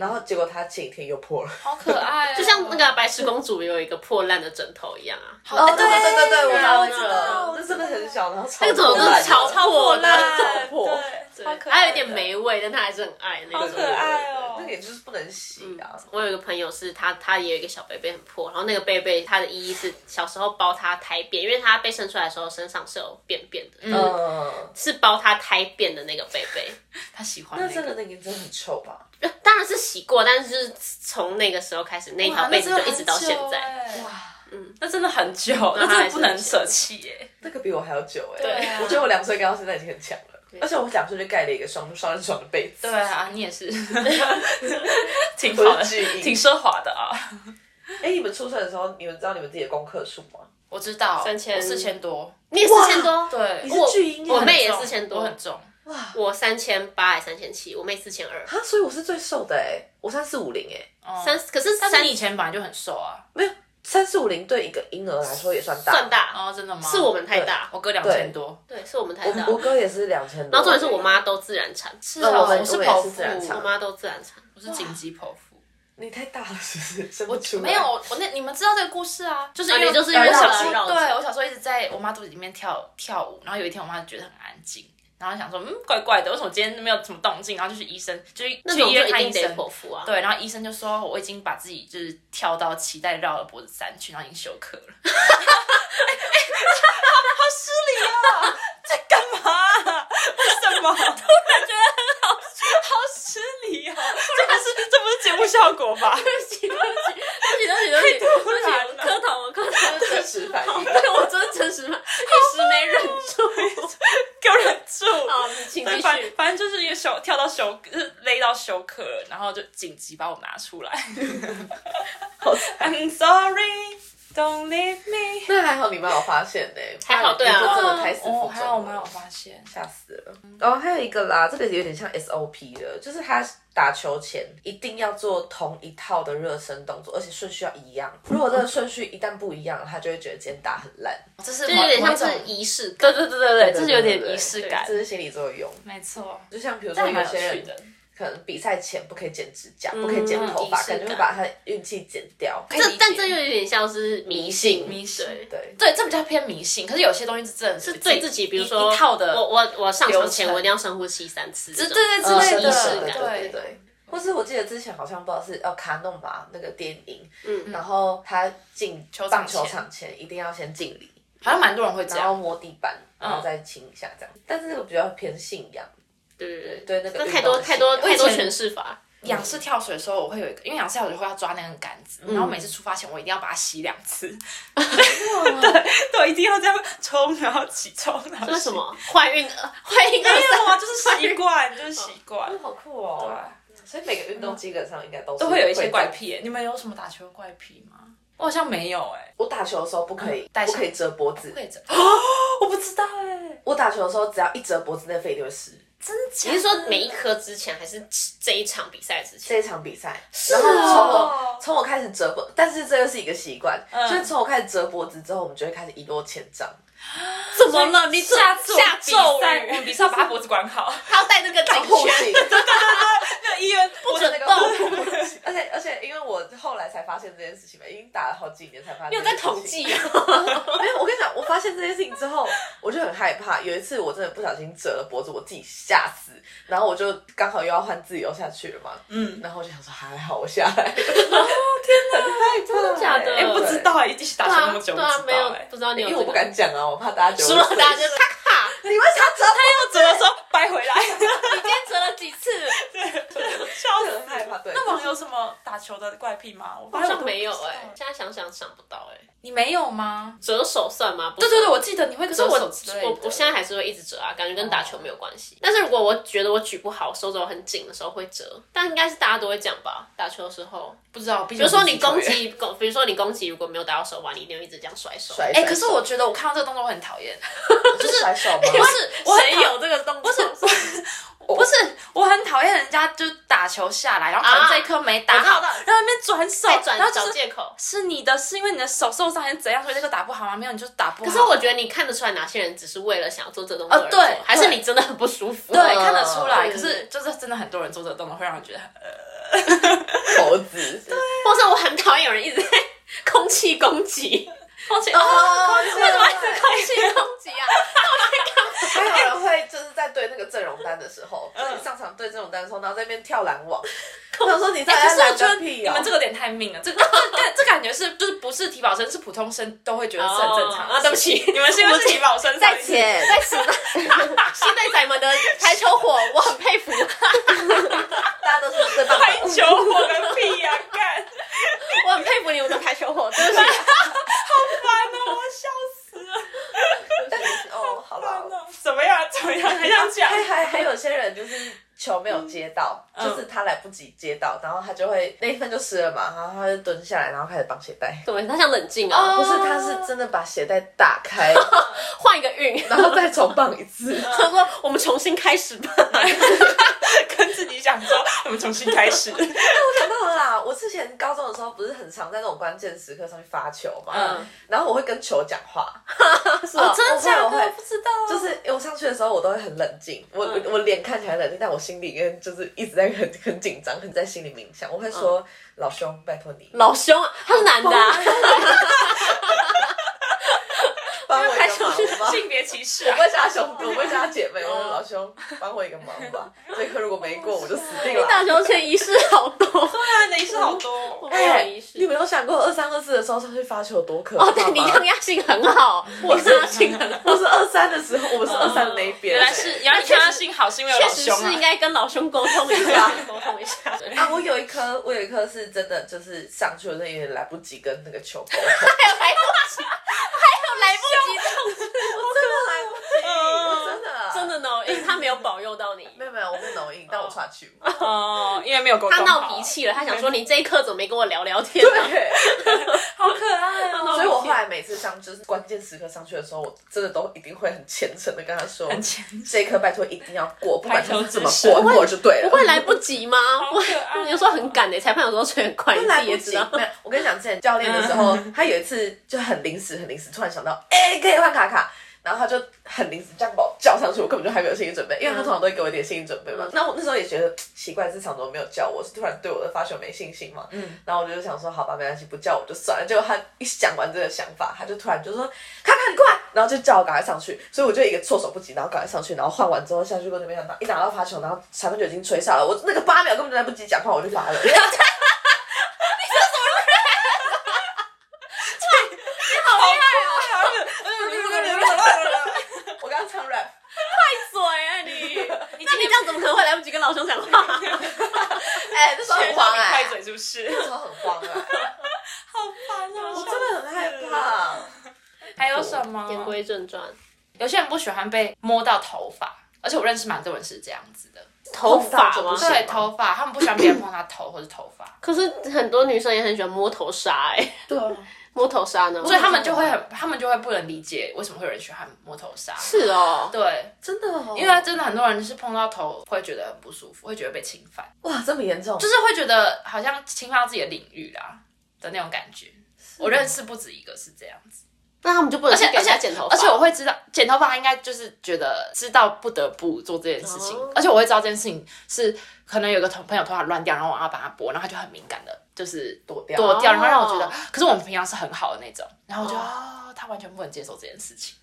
然后结果它前几天又破了，好可爱、就像那个白雪公主有一个破烂的枕头一样啊，哦 对对对对，我知道拿我知道了，那真的很小，然后超那个枕头真的超破烂的超破烂，超破对，好可爱，啊它有一点，霉味，但他还是很爱嗯那好种。可啊爱哦那个也就是不能洗啊。我有一个朋友是他，他也有一个小贝贝很破，然后那个贝贝它的意义是小时候包它胎便，因为它被生出来的时候身上是有便便的，嗯嗯，是包它胎便的那个贝贝。他喜欢那那真的个。那个真的很臭吧？呃当然是洗过，但是就是从那个时候开始，那条被子就一直到现在。在，哇，嗯，那真的很久，那真的不能舍弃耶。那个比我还要久哎、对啊我觉得我两岁盖到现在已经很强了，而且我两岁就盖了一个双双人床的被子。对啊，你也是，挺好的好的，挺奢华的啊。哎、你们出生的时候，你们知道你们自己的功课数吗？我知道，三千我四千多，你也四千多，对你，我是巨婴耶，我妹很也重四千多我很重，我三千八还三千七，我妹四千二，啊，所以我是最瘦的哎、我三四五零哎，哦三可是但是三你以前本来就很瘦啊。没有三四五零对一个婴儿来说也算大，算大，哦，真的吗？是我们太大，我哥两千多，对，是我们太大。我我哥也是两千多，然后重点是我，妈都自然产，是那我们我是我也是剖腹自然，我产妈都自然产。我是紧急剖腹。你太大了是不是？生不我出来没有，，我那你们知道这个故事啊？就是因为、啊你就是我绕小着时绕候，着对我小时候一直在我妈肚子里面跳跳舞，然后有一天我妈觉得很安静，然后想说嗯怪怪的，为什么今天没有什么动静？然后就去医生，就去那去种医就院一看医定得生。剖腹啊。对，然后医生就说我已经把自己就是跳到脐带绕了脖子三圈，然后已经休克了。 哎哎好好失礼哦，在干嘛啊、为什么？ 突然觉得很好好失礼哦， 这不是这不是节目效果 吧？对不起，对不起，对不起，对不起，对不起，我磕头，我磕头，真实 反应。对，我真的诚实了，一时没忍 住。给我忍住！好，你请对，继反续。反正就是一个休跳到休，就是勒到休克了，然后就紧急把我拿出 来。I'm sorry, don't leave me。那还好你妈有发现呢、还好对啊你就真的开始负重了哦，还好我没有发现。吓死了。然后还有一个啦，这个有点像 SOP 的，就是他打球前一定要做同一套的热身动作，而且顺序要一样。如果这个顺序一旦不一样，他就会觉得今天打很烂。这是就有点像某是某种仪式感，哦对对对对对，这是有对点对仪式对感这，是心理作用。没错。就像比如说但蛮有有些趣人，的，嗯可能比赛前不可以剪指甲，不可以剪头仪发，式可能就会感把他运气剪掉。以这理但解这又有点像是迷信，迷信对对，对，这比较偏迷信，可是有些东西是真的是对自己，比如一说一套的，我我我上流床程前我一定要深呼吸三次，对这对种呃对之仪类式的，感对对对。对。或是我记得之前好像不知道是哦卡弄吧那个电影，嗯，然后他进球场棒球前场前一定要先敬礼，好像蛮多人会这然后样，嗯摸地板，然后再亲一下这样。但是这个比较偏信仰，对对对。对那个那运太动多的太多信仰太多以前诠释法，仰式跳水的时候，我会有一个，因为仰式跳水会要抓那根杆子，然后每次出发前我一定要把它洗两次，嗯 对，对，一定要这样冲，然后起冲，然后洗为什？么怀孕 怀孕没二有啊，三就是习 惯，就是习惯，好酷哦！所以每个运动基本上应该嗯都都会有一些些怪。癖耶。你们有什么打球的怪癖吗？我好像没有哎，我打球的时候不可以，戴嗯不上可以折脖子。跪着，我不知道哎，我打球的时候只要一折脖子，那肺就会湿。真 假你是说每一颗之前，还是这一场比赛之前？这一场比赛，然后从我从我开始折脖，但是这又是一个习惯，就是从我开始折脖子之后，我们就会开始一落千丈。怎么了？你下次下比赛，咒语我们比赛要把他脖子管 好。他要戴那个颈绑护圈颈，那医院不就那 个动护颈。而且而且，因为我后来才发现这件事情嘛，已经打了好几年才发现。你有在统计啊？没有，我跟你讲，我发现这件事情之后，我就很害怕。有一次我真的不小心折了脖子，我自己吓死，然后我就刚好又要换自由下去了嘛，嗯，然后我就想说还好我下来。天哪，真的假的哎，不知道哎，一起打球那么久，对啊，不没知道有哎。不知道你有因这为个，我不敢讲啊，我怕大家觉得输我了是大家就咔咔，你为什么折他怎么说掰回 来？你今天折了几次？笑又很害怕，对。那网友什么打球的怪癖吗？我好发现我像都没有不知道哎，现在想想想不到哎，你没有吗？折手算吗？不对算对对，我记得你会所折以我手之类的。我我现在还是会一直折啊，感觉跟打球没有关系。但是如果我觉得我举不好，手肘很紧的时候会折，但应该是大家都会讲吧？打球的时候，不知道，比比如说你攻，击攻，比如说你攻击如果没有打到手腕，你一定会一直这样甩手。甩哎，可是我觉得我看到这个动作我很讨厌，就是甩手不吗？是我很谁有这个动作？不是不是，我很讨厌人家就打球下来，然后可能啊这一颗没打好，我知道然后那边转手，在转然后找就是借口。是你的，是因为你的手受伤还是怎样，所以这个打不好吗？没有，你就是打不好。可是我觉得你看得出来哪些人只是为了想要做这个动作哦而对做，还是对你真的很不舒服？对看得出来，嗯可是就是真的很多人做这个动作会让人觉得很，猴子，或者我很讨厌有人一直在 空气攻击，空气 哦为什么一对直空气攻击啊？还有人会就是在对那个阵容单的时候，就是你上场对阵容单的时候，然后在那边跳篮网，我想说你在哎，可是我篮觉得个你屁啊们！这个有点太命了，这个这这这感觉是就是不是体保生，是普通生都会觉得是很正常的哦啊对不起事情你们是因为是体保生在，前，在此现在咱们的排球火，我很佩服。大家都是最棒快 的。求我个屁呀、干！我很佩服你们的排球火，对不起。烦了，我笑死了。但是哦，好烦了，了怎么样？怎么样？还想讲？还还还有些人就是球没有接到，就是他来不及接到，然后他就会那一分就湿了嘛，然后他就蹲下来，然后开始绑鞋带。对，他想冷静啊，不是，他是真的把鞋带打开，换一个运。然后再重绑一次。他说：“我们重新开始吧。跟自己讲说，我们重新开始。 想到了啦，我之前高中的时候不是很常在那种关键时刻上去发球嘛，嗯然后我会跟球讲话， 是哦，真的假我的？会我会不知道。嗯就是因为我上去的时候，我都会很冷静，我、我脸看起来冷静，但我心里面就是一直在很很紧张，很在心里冥想。我会说：“嗯老兄，拜托你”，老兄啊，他是男的啊，帮我一开个始忙吧。性别歧视我啊不！会叫他 兄弟，我不会叫他姐妹，我嗯说老兄，帮我一个忙吧。这一刻如果没过，我就死定了。打球前仪式好多，对啊，你是好多。没有哎仪，式你没有想过二三二四的时候上去发球多可怕 吗？哦，对你抗压性很好，我抗压性很好， 我是二三的时候，我们是二三那一边。哦原来是，原来你看他幸好是因为有确老实兄是应啊。该跟老兄沟通一 下，沟通一下。啊，我有一颗，我有一颗是真的，就是上去我真的有点来不及跟那个球 沟通，来不及，还有来不及，我真的来不及，我真的 真的呢，因为他没有保佑到你。没有没有，我不能硬，但我刷去。哦，因为没有沟他通好。闹脾气了，他想说你这一刻怎么没跟我聊聊天、啊？ 对，好可爱 哦。所以我后来每次上就是关键时刻上去的时候，我真的都一定会很虔诚的跟他说，很虔诚这一刻拜托一定要过，不管拜托他之怎么神过，过了就对 了。会来不及吗？好可爱哦 我有时候很赶的、欸裁判有时候吹很快，你来自不己及也知道。嗯没有， 我跟你讲，之前教练的时候，他有一次就很临时，很临时，突然想到，哎、可以换卡卡。然后他就很临时这样把我叫上去，我根本就还没有心理准备，嗯因为他通常都会给我一点心理准备嘛。那我那时候也觉得奇怪，是场总没有叫我，是突然对我的发球没信心嘛。嗯，然后我就想说，好吧，没关系，不叫我就算了。结果他一讲完这个想法，他就突然就说，卡卡你过来，然后就叫我赶快上去，所以我就一个措手不及，然后赶快上去，然后换完之后下去过那边想打，一拿到发球，然后裁判就已经吹哨了，我那个八秒根本就来不及讲话，我就发了。我刚刚唱 rap，嘴 啊你！你今天这样怎么可能会来不及跟老兄讲 话？哎、那时候很慌哎、快嘴是不是？那时候很慌哎、好烦啊哦！我真的很害怕。还有什么？言归正传，有些人不喜欢被摸到头发，而且我认识蛮多人是这样子的。头发碰到就不吗？行对，头发，他们不喜欢别人碰他头或者头 发，可是很多女生也很喜欢摸头杀哎、 对啊，摸头杀呢？所以他们就会很，他们就会不能理解为什么会有人喜欢摸头杀。是哦，对，真的哦，因为真的很多人是碰到头会觉得很不舒服，会觉得被侵犯，哇，这么严重，就是会觉得好像侵犯到自己的领域啦的那种感觉。我认识不止一个是这样子，那他们就不能而且 去给而人家且剪头发，而且我会知道剪头发，他应该就是觉得知道不得不做这件事情，哦而且我会知道这件事情是可能有个同朋友头发乱掉，然后我要把它拨，然后他就很敏感的，就是躲掉躲掉，哦然后让我觉得，可是我们平常是很好的那种，然后我就、哦、他完全不能接受这件事情，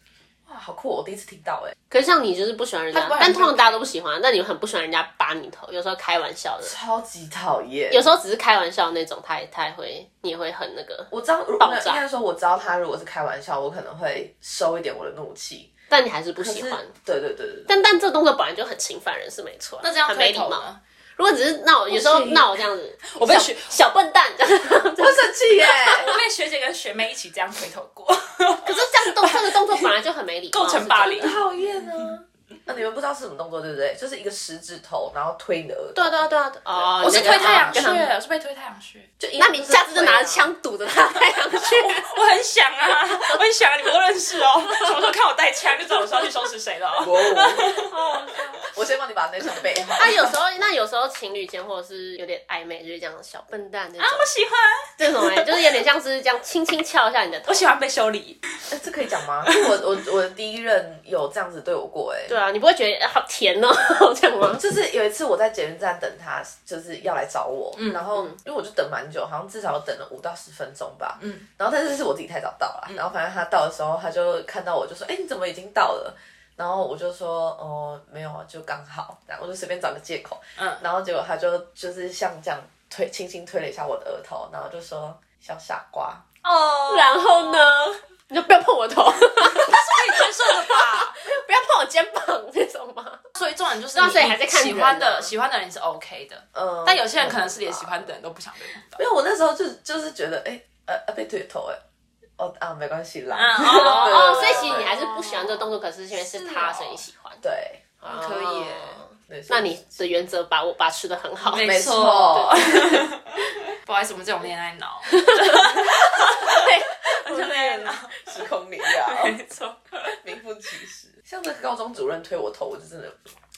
哇，好酷哦，我第一次听到哎、可是像你就是不喜欢人家他不，然但就通常大家都不喜欢，但你很不喜欢人家拔你头，有时候开玩笑的，超级讨厌。有时候只是开玩笑那种，他也他也会，你也会很那个，我知道，如爆果炸应该说我知道他如果是开玩笑，我可能会收一点我的怒气。但你还是不可是喜欢。对对对对对，但但这动作本来就很侵犯人，是没错啊，那这样很没推礼头貌。呢？如果只是闹，有时候行闹这样子， 我被小学小笨蛋 这样，我会生气耶、我被学姐跟学妹一起这样推头过，可是这样动这个动作本来就很没礼貌，构成霸凌是真的讨厌啊！那你们不知道是什么动作，对不对？就是一个食指头，然后推你的耳朵。对啊对啊对啊，对啊哦， 我是你那推个太阳跟他们穴，我是被推太阳穴。就一那啊你下次就拿着啊枪堵着他太阳穴。 我很想啊，我很想、啊，你们都认识哦。什么时候看我带枪，就知道我是要去收拾谁 了哦。哦我先帮你把那枪备好。啊，有时候 那有时候情侣间或者是有点暧昧，就是这样小笨蛋那啊种，，我喜欢，这种哎，就是有点像是这样轻轻敲一下你的头我。喜欢被修理。哎这可以讲吗？我我我的第一任有这样子对我过、哎，对啊，你不会觉得好甜哦， 这样吗？就是有一次我在捷运站等他，就是要来找我，然后因为我就等蛮久，好像至少等了五到十分钟吧，嗯，然后但是是我自己太早到了，然后反正他到的时候，他就看到我就说，哎、你怎么已经到了？然后我就说，哦，没有啊，就刚好，然后我就随便找个借口，嗯然后结果他就就是像这样推，轻轻推了一下我的额头，然后就说小傻瓜，哦然后呢？你就不要碰我头，不可以接受的 吧？要碰我肩膀 这种吗？所以重点就是那你，所以还在看喜人啊欢的喜欢的人是 OK 的，嗯，但有些人可能是连喜欢的人都不想被碰到。没有，我那时候就就是觉得，哎、呃呃，被推头、哎，哦啊，没关系啦，哦嗯哦对对哦， 对所以其对实对你还是不喜欢这个动作，可是因为是他，是哦所以你喜欢。对。哦可以耶没错那你的原则把我把持的很好，没错，不好意思，我们这种恋爱 脑，我就那样啊 时空里 啊，没错。名副其实。像这个高中主任推我头，我就真的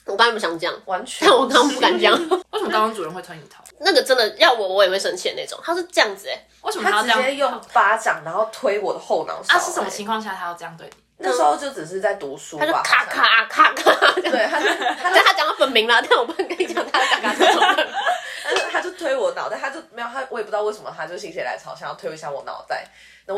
我刚才不想讲，完全，但我刚刚不敢讲， 为什么高中主任会推你头？那个真的要我我也会生气的那种。他是这样子哎、为什么他要直这样？接用巴掌，然后推我的后脑勺。欸啊，是什么情况下他要这样对你？那时候就只是在读书吧，他就咔咔啊咔咔这样。对， 他就他但他讲到本名了，但我不能跟你讲他的嘎嘎这 种。但是他就推我脑袋，他就没有他，我也不知道为什么，他就心血来潮想要推一下我脑袋。然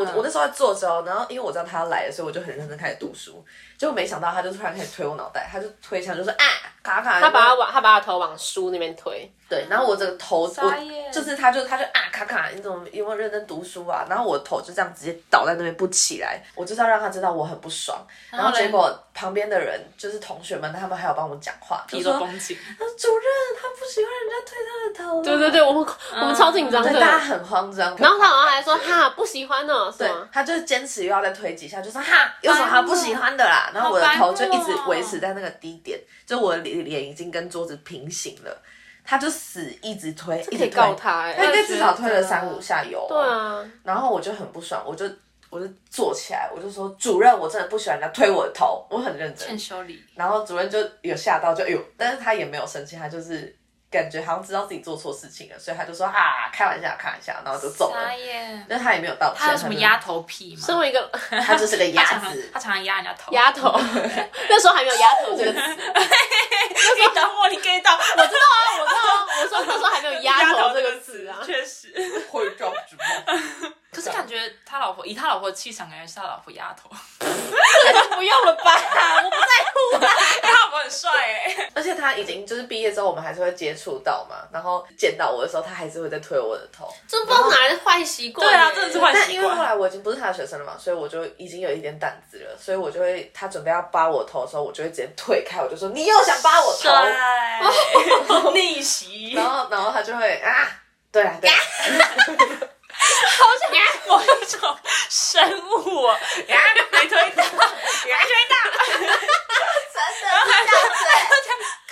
嗯后我、我那时候在做的时候，然后因为我知道他要来了，所以我就很认真开始读书。结果没想到他就突然开始推我脑袋，他就推一下就说啊，卡卡。他把他往他把他头往书那边推，对，然后我这个头，傻眼我就是他就他就啊卡卡，你怎么有没有认真读书啊？然后我头就这样直接倒在那边不起来，我就是要让他知道我很不爽。然后后嘞结果旁边的人就是同学们，他们还有帮我讲话，就皮说都绷紧。他说主任他不喜欢人家推他的头啊，对对对，我们我们超紧张的啊对，。大家很慌张。然后他好像还说哈不喜欢哦，是对吗？，他就坚持又要再推几下，就说哈，有什哦么好不喜欢的啦？然后我的头就一直维持在那个低点，就我的脸脸已经跟桌子平行了，他就死一直推，一可直以推告他哎、他应欸。该至少推了三五下有、对。啊，然后我就很不爽，我就我就坐起来，我就说主任，我真的不喜欢人家推我的头，我很认真欠。修理，然后主任就有吓到，就哎呦，但是他也没有生气，他就是感觉好像知道自己做错事情了，所以他就说啊，开玩笑，开玩笑，然后就走了。耶！但他也没有道歉，他有什么就压头癖吗？身为一个 他就是个他常鸭常子。他常常压人家头。丫头， 那时候还没有丫头这个词。 你 get 到我，你 get 到，我我知道啊，我知道啊，我说那时候还没有丫头这个词啊。确实。会照直 可是感觉他老婆以他老婆的气场，感觉是他老婆压 头。 不用了吧，我不在乎。他老婆很帅哎、而且他已经就是毕业之后，我们还是会接触到嘛。然后见到我的时候，他还是会再推我的头。这不知道哪来的坏习惯欸。对啊真的是坏习惯但因为后来我已经不是他的学生了嘛，所以我就已经有一点胆子了，所以我就会他准备要扒我头的时候，我就会直接退开，我就说你又想扒我头， 帅，逆袭。然后然后他就会啊，对啊 对啊，好想某一种生物、 哦，呀，没推 到，呀，推到，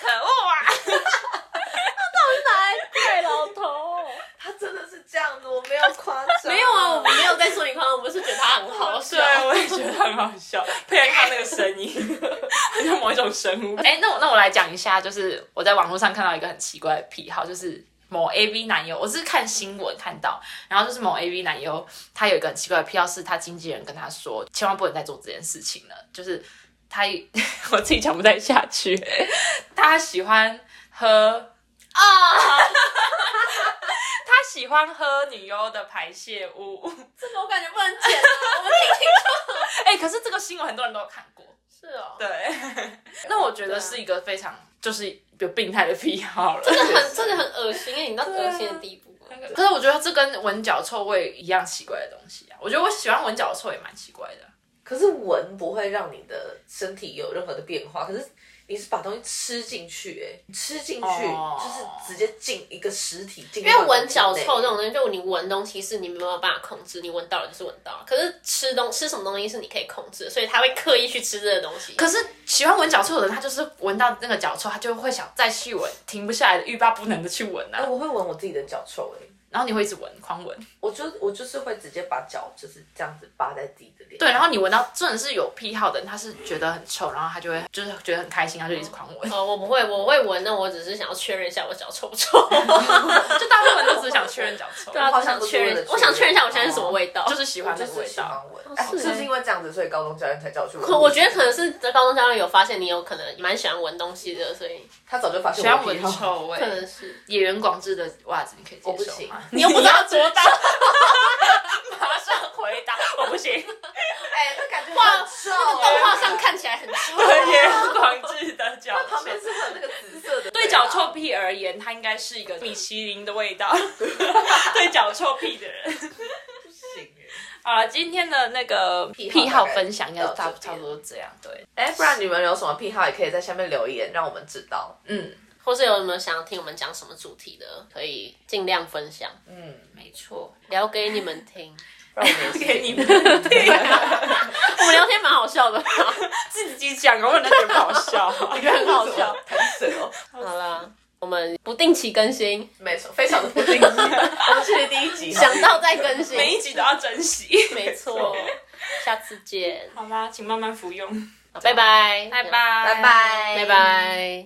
可恶啊！哪来怪老头？ 他真的是这样子，我没有夸 张，没有啊，我们没有在说你夸张，我们是觉得他很好笑。对，啊我也觉得很好 笑，配合他那个声音， 很像某一种生物。哎、那我那我来讲一下，就是我在网络上看到一个很奇怪的癖好，就是。某 A V 男优，我是看新闻看到，然后就是某 A V 男优，他有一个很奇怪的癖好，是他经纪人跟他说，千万不能再做这件事情了。就是他， 我自己讲不太下去。 他喜欢喝啊，他喜欢喝女优的排泄物。这个我感觉不能剪啊，我们哎、可是这个新闻很多人都有看过。是哦。对， 那我觉得是一个非常就是有病态的癖好 了。这个很这个很恶心欸，你到恶心的地步了。可是我觉得这跟闻脚臭味一样奇怪的东西啊。我觉得我喜欢闻脚臭也蛮奇怪的。可是闻不会让你的身体有任何的变化，可是你是把东西吃进去、哎，你吃进去、哦就是直接进一个实体进，因为闻脚臭这种东西，就你闻东西是你没有办法控制，你闻到了就是闻到了。可是吃东吃什么东西是你可以控制的，所以他会刻意去吃这个东西。可是喜欢闻脚臭的人，他就是闻到那个脚臭，他就会想再去闻，停不下来的，欲罢不能的去闻哎、啊。我会闻我自己的脚臭、哎。然后你会一直闻，狂闻。我就我就是会直接把脚就是这样子扒在自己的脸，对，然后你闻到真的是有癖好的人，他是觉得很臭，然后他就会就是觉得很开心，他就一直狂闻。 哦，我不会，我会闻，那我只是想要确认一下我脚臭不 臭。就大部分都只是想确认脚臭。对啊，好我像想不是确为认了，确我想认确认一下我现在是什么味道。就就是喜欢那就个是味喜道。欢闻，哎、是欸是不是因为这样子，所以高中教练才叫我去闻？可我觉得可能是高中教练有发现你有可能蛮喜欢闻东西的，所以他早就发现喜欢我的闻癖好，臭味可，能是野原广志的袜子你可以我不接受行 吗？你又不知道多大，马上回答，我不行。哎、那感觉哇很臭、动哎画上看起来很臭。 野原广志的脚旁边是会有那个紫色的，对啊脚臭屁而言，它应该是一个米其林的味 道。对脚臭屁的人，不行哎。好了，啊今天的那个癖好癖好大概分享应该到差这边差不多这样。对，哎、不然你们有什么癖好，也可以在下面留言，让我们知道。嗯，或是有没有想要听我们讲什么主题的，可以尽量分享，嗯，没错，聊给你们听。让我 们也给你们听，我们聊天蛮好笑的，自己讲，我能觉得不 好笑啊。我觉得很好笑。太水哦， 好啦，我们不定期更新， 没错，非常的不定期。我们距离第一集想到再更新。 每一集都要珍惜，没错，下次见，好啦，请慢慢服用，拜拜，拜拜，拜拜，拜。拜。